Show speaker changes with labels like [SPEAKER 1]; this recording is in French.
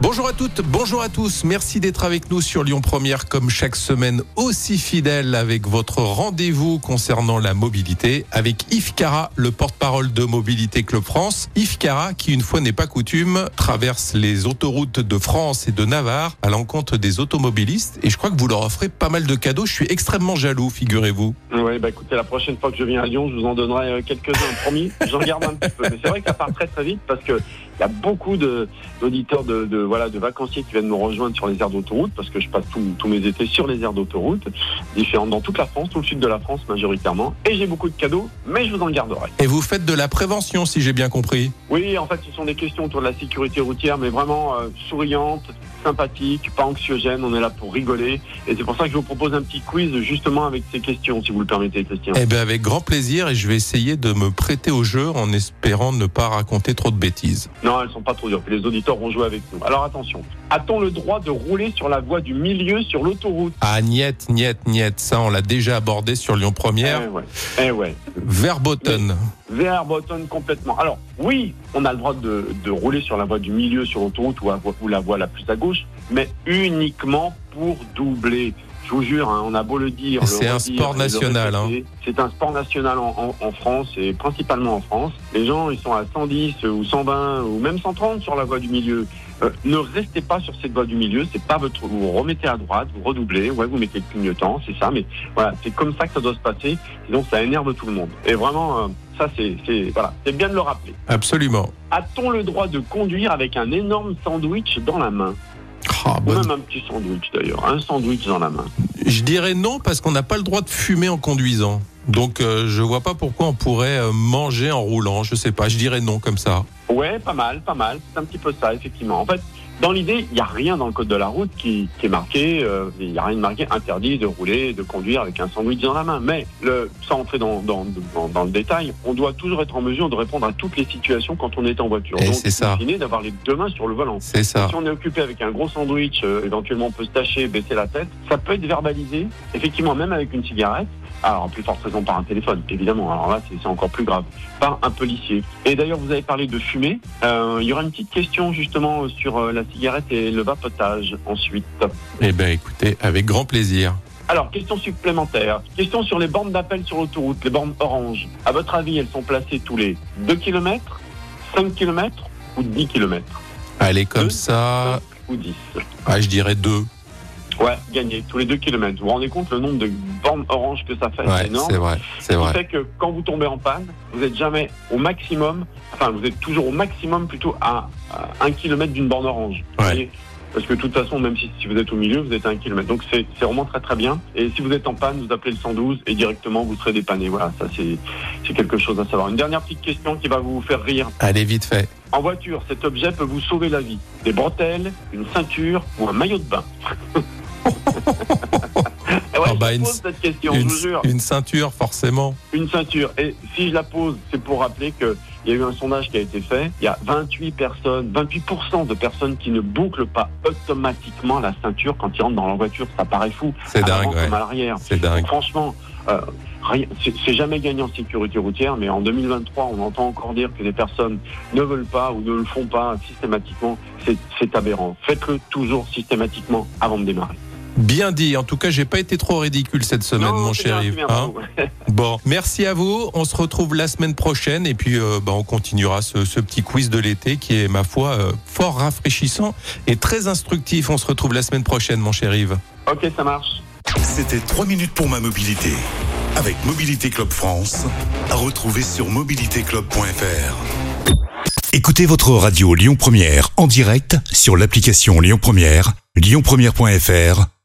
[SPEAKER 1] Bonjour à toutes, bonjour à tous. Merci d'être avec nous sur Lyon Première comme chaque semaine aussi fidèle avec votre rendez-vous concernant la mobilité avec Yves Cara, le porte-parole de Mobilité Club France. Yves Cara qui une fois n'est pas coutume traverse les autoroutes de France et de Navarre à l'encontre des automobilistes et je crois que vous leur offrez pas mal de cadeaux. Je suis extrêmement jaloux, figurez-vous.
[SPEAKER 2] Oui, bah écoutez, la prochaine fois que je viens à Lyon, je vous en donnerai euh, quelques-uns, promis. J'en garde un petit peu. Mais c'est vrai que ça part très très vite parce que il y a beaucoup de- d'auditeurs, de, de- voilà, de vacanciers qui viennent nous rejoindre sur les aires d'autoroute parce que je passe tous- tous mes étés sur les aires d'autoroute, différentes dans toute la France, tout le sud de la France majoritairement. Et j'ai beaucoup de cadeaux, mais je vous en garderai.
[SPEAKER 1] Et vous faites de la prévention si j'ai bien compris.
[SPEAKER 2] Oui, en fait, ce sont des questions autour de la sécurité routière, mais vraiment euh, souriante, sympathique, pas anxiogène. On est là pour rigoler. Et c'est pour ça que je vous propose un petit quiz justement avec ces questions, si vous le permettez, Christian.
[SPEAKER 1] Eh bien avec grand plaisir et je vais essayer de me prêter au jeu en espérant ne pas raconter trop de bêtises.
[SPEAKER 2] Non, elles sont pas trop dures. Puis Les auditeurs vont jouer avec nous. Alors attention. A-t-on le droit de rouler sur la voie du milieu sur l'autoroute
[SPEAKER 1] Ah, niette, niette, niette, ça on l'a déjà abordé sur Lyon Première.
[SPEAKER 2] Eh ouais. Eh ouais.
[SPEAKER 1] Verboten.
[SPEAKER 2] Verboten complètement. Alors oui, on a le droit de, de rouler sur la voie du milieu sur l'autoroute ou, à- ou la voie la plus à gauche, mais uniquement pour doubler. Je vous jure, hein, on a beau le dire. le
[SPEAKER 1] C'est un
[SPEAKER 2] redire
[SPEAKER 1] sport
[SPEAKER 2] et le
[SPEAKER 1] national, hein.
[SPEAKER 2] répéter, C'est un sport national en, en- en France et principalement en France. Les gens, ils sont à 110 ou 120 ou même 130 sur la voie du milieu. Euh, ne restez pas sur cette voie du milieu, c'est pas votre. Vous remettez à droite, vous redoublez, ouais, vous mettez le clignotant, c'est ça, mais voilà, c'est comme ça que ça doit se passer, sinon ça énerve tout le monde. Et vraiment, euh, ça, c'est c'est- voilà, c'est bien de le rappeler.
[SPEAKER 1] Absolument.
[SPEAKER 2] A-t-on le droit de conduire avec un énorme sandwich dans la main
[SPEAKER 1] Ah,
[SPEAKER 2] Ou
[SPEAKER 1] bonne-
[SPEAKER 2] même un petit sandwich d'ailleurs, un sandwich dans la main.
[SPEAKER 1] Je dirais non parce qu'on n'a pas le droit de fumer en conduisant. Donc euh, je vois pas pourquoi on pourrait euh, manger en roulant. Je sais pas. Je dirais non comme ça.
[SPEAKER 2] Ouais, pas mal, pas mal. C'est un petit peu ça, effectivement. En fait, dans l'idée, il n'y a rien dans le code de la route qui, qui est marqué. euh, Il n'y a rien de marqué interdit de rouler, de conduire avec un sandwich dans la main. Mais le, sans entrer dans, dans, dans, dans le détail, on doit toujours être en mesure de répondre à toutes les situations quand on est en voiture.
[SPEAKER 1] Eh,
[SPEAKER 2] Donc,
[SPEAKER 1] c'est ça.
[SPEAKER 2] in fine, d'avoir les deux mains sur le volant.
[SPEAKER 1] C'est ça.
[SPEAKER 2] Si on est occupé avec un gros sandwich, euh, éventuellement on peut se tâcher, baisser la tête. Ça peut être verbalisé, effectivement, même avec une cigarette. Alors, en plus forte raison par un téléphone, évidemment. Alors là, c'est c'est encore plus grave. Par un policier. Et d'ailleurs, vous avez parlé de fumée. Euh, il y aura une petite question, justement, sur euh, la cigarette et le vapotage, ensuite.
[SPEAKER 1] Eh ben écoutez, avec grand plaisir.
[SPEAKER 2] Alors, question supplémentaire. Question sur les bornes d'appel sur l'autoroute, les bornes oranges. À votre avis, elles sont placées tous les 2 km, 5 km ou 10 km
[SPEAKER 1] Allez comme
[SPEAKER 2] Deux.
[SPEAKER 1] ça.
[SPEAKER 2] Ou 10
[SPEAKER 1] Ah, je dirais deux.
[SPEAKER 2] Ouais, gagné tous les deux kilomètres. Vous vous rendez compte le nombre de bornes oranges que ça fait C'est
[SPEAKER 1] Ouais,
[SPEAKER 2] énorme.
[SPEAKER 1] c'est vrai. C'est
[SPEAKER 2] Ce qui
[SPEAKER 1] vrai.
[SPEAKER 2] fait que quand vous tombez en panne, vous êtes jamais au maximum, enfin vous êtes toujours au maximum plutôt à, à un kilomètre d'une borne orange.
[SPEAKER 1] Ouais.
[SPEAKER 2] Vous voyez Parce que de toute façon, même si, si vous êtes au milieu, vous êtes à un kilomètre. Donc c'est c'est vraiment très très bien. Et si vous êtes en panne, vous appelez le 112 et directement vous serez dépanné. Voilà, ça c'est c'est quelque chose à savoir. Une dernière petite question qui va vous faire rire.
[SPEAKER 1] Allez vite fait.
[SPEAKER 2] En voiture, cet objet peut vous sauver la vie. Des bretelles, une ceinture ou un maillot de bain. Eh ouais,
[SPEAKER 1] Ah bah,
[SPEAKER 2] je
[SPEAKER 1] une-
[SPEAKER 2] pose cette question,
[SPEAKER 1] Une,
[SPEAKER 2] je vous jure.
[SPEAKER 1] une ceinture forcément.
[SPEAKER 2] Une ceinture. Et si je la pose, c'est pour rappeler que il y a eu un sondage qui a été fait. Il y a 28 personnes, 28% de personnes qui ne bouclent pas automatiquement la ceinture quand ils rentrent dans leur voiture. Ça paraît fou.
[SPEAKER 1] C'est
[SPEAKER 2] À l'avant
[SPEAKER 1] dingue. ouais.
[SPEAKER 2] comme à l'arrière.
[SPEAKER 1] C'est dingue.
[SPEAKER 2] Franchement, euh, rien- c'est c'est jamais gagné en sécurité routière, mais en 2023, on entend encore dire que des personnes ne veulent pas ou ne le font pas systématiquement. C'est- C'est aberrant. Faites-le toujours systématiquement avant de démarrer.
[SPEAKER 1] Bien dit. En tout cas, j'ai pas été trop ridicule cette semaine,
[SPEAKER 2] Non,
[SPEAKER 1] mon
[SPEAKER 2] c'est bien,
[SPEAKER 1] cher
[SPEAKER 2] c'est
[SPEAKER 1] Yves.
[SPEAKER 2] bien,
[SPEAKER 1] hein.
[SPEAKER 2] bravo.
[SPEAKER 1] Bon, merci à vous. On se retrouve la semaine prochaine et puis euh, bah, on continuera ce, ce petit quiz de l'été qui est, ma foi, euh, fort rafraîchissant et très instructif. On se retrouve la semaine prochaine, mon cher Yves.
[SPEAKER 2] ok, ça marche.
[SPEAKER 3] C'était trois minutes pour ma mobilité avec Mobilité Club France à retrouver sur mobilitéclub.fr. Écoutez votre radio Lyon Première en direct sur l'application Lyon Première, lyonpremière.fr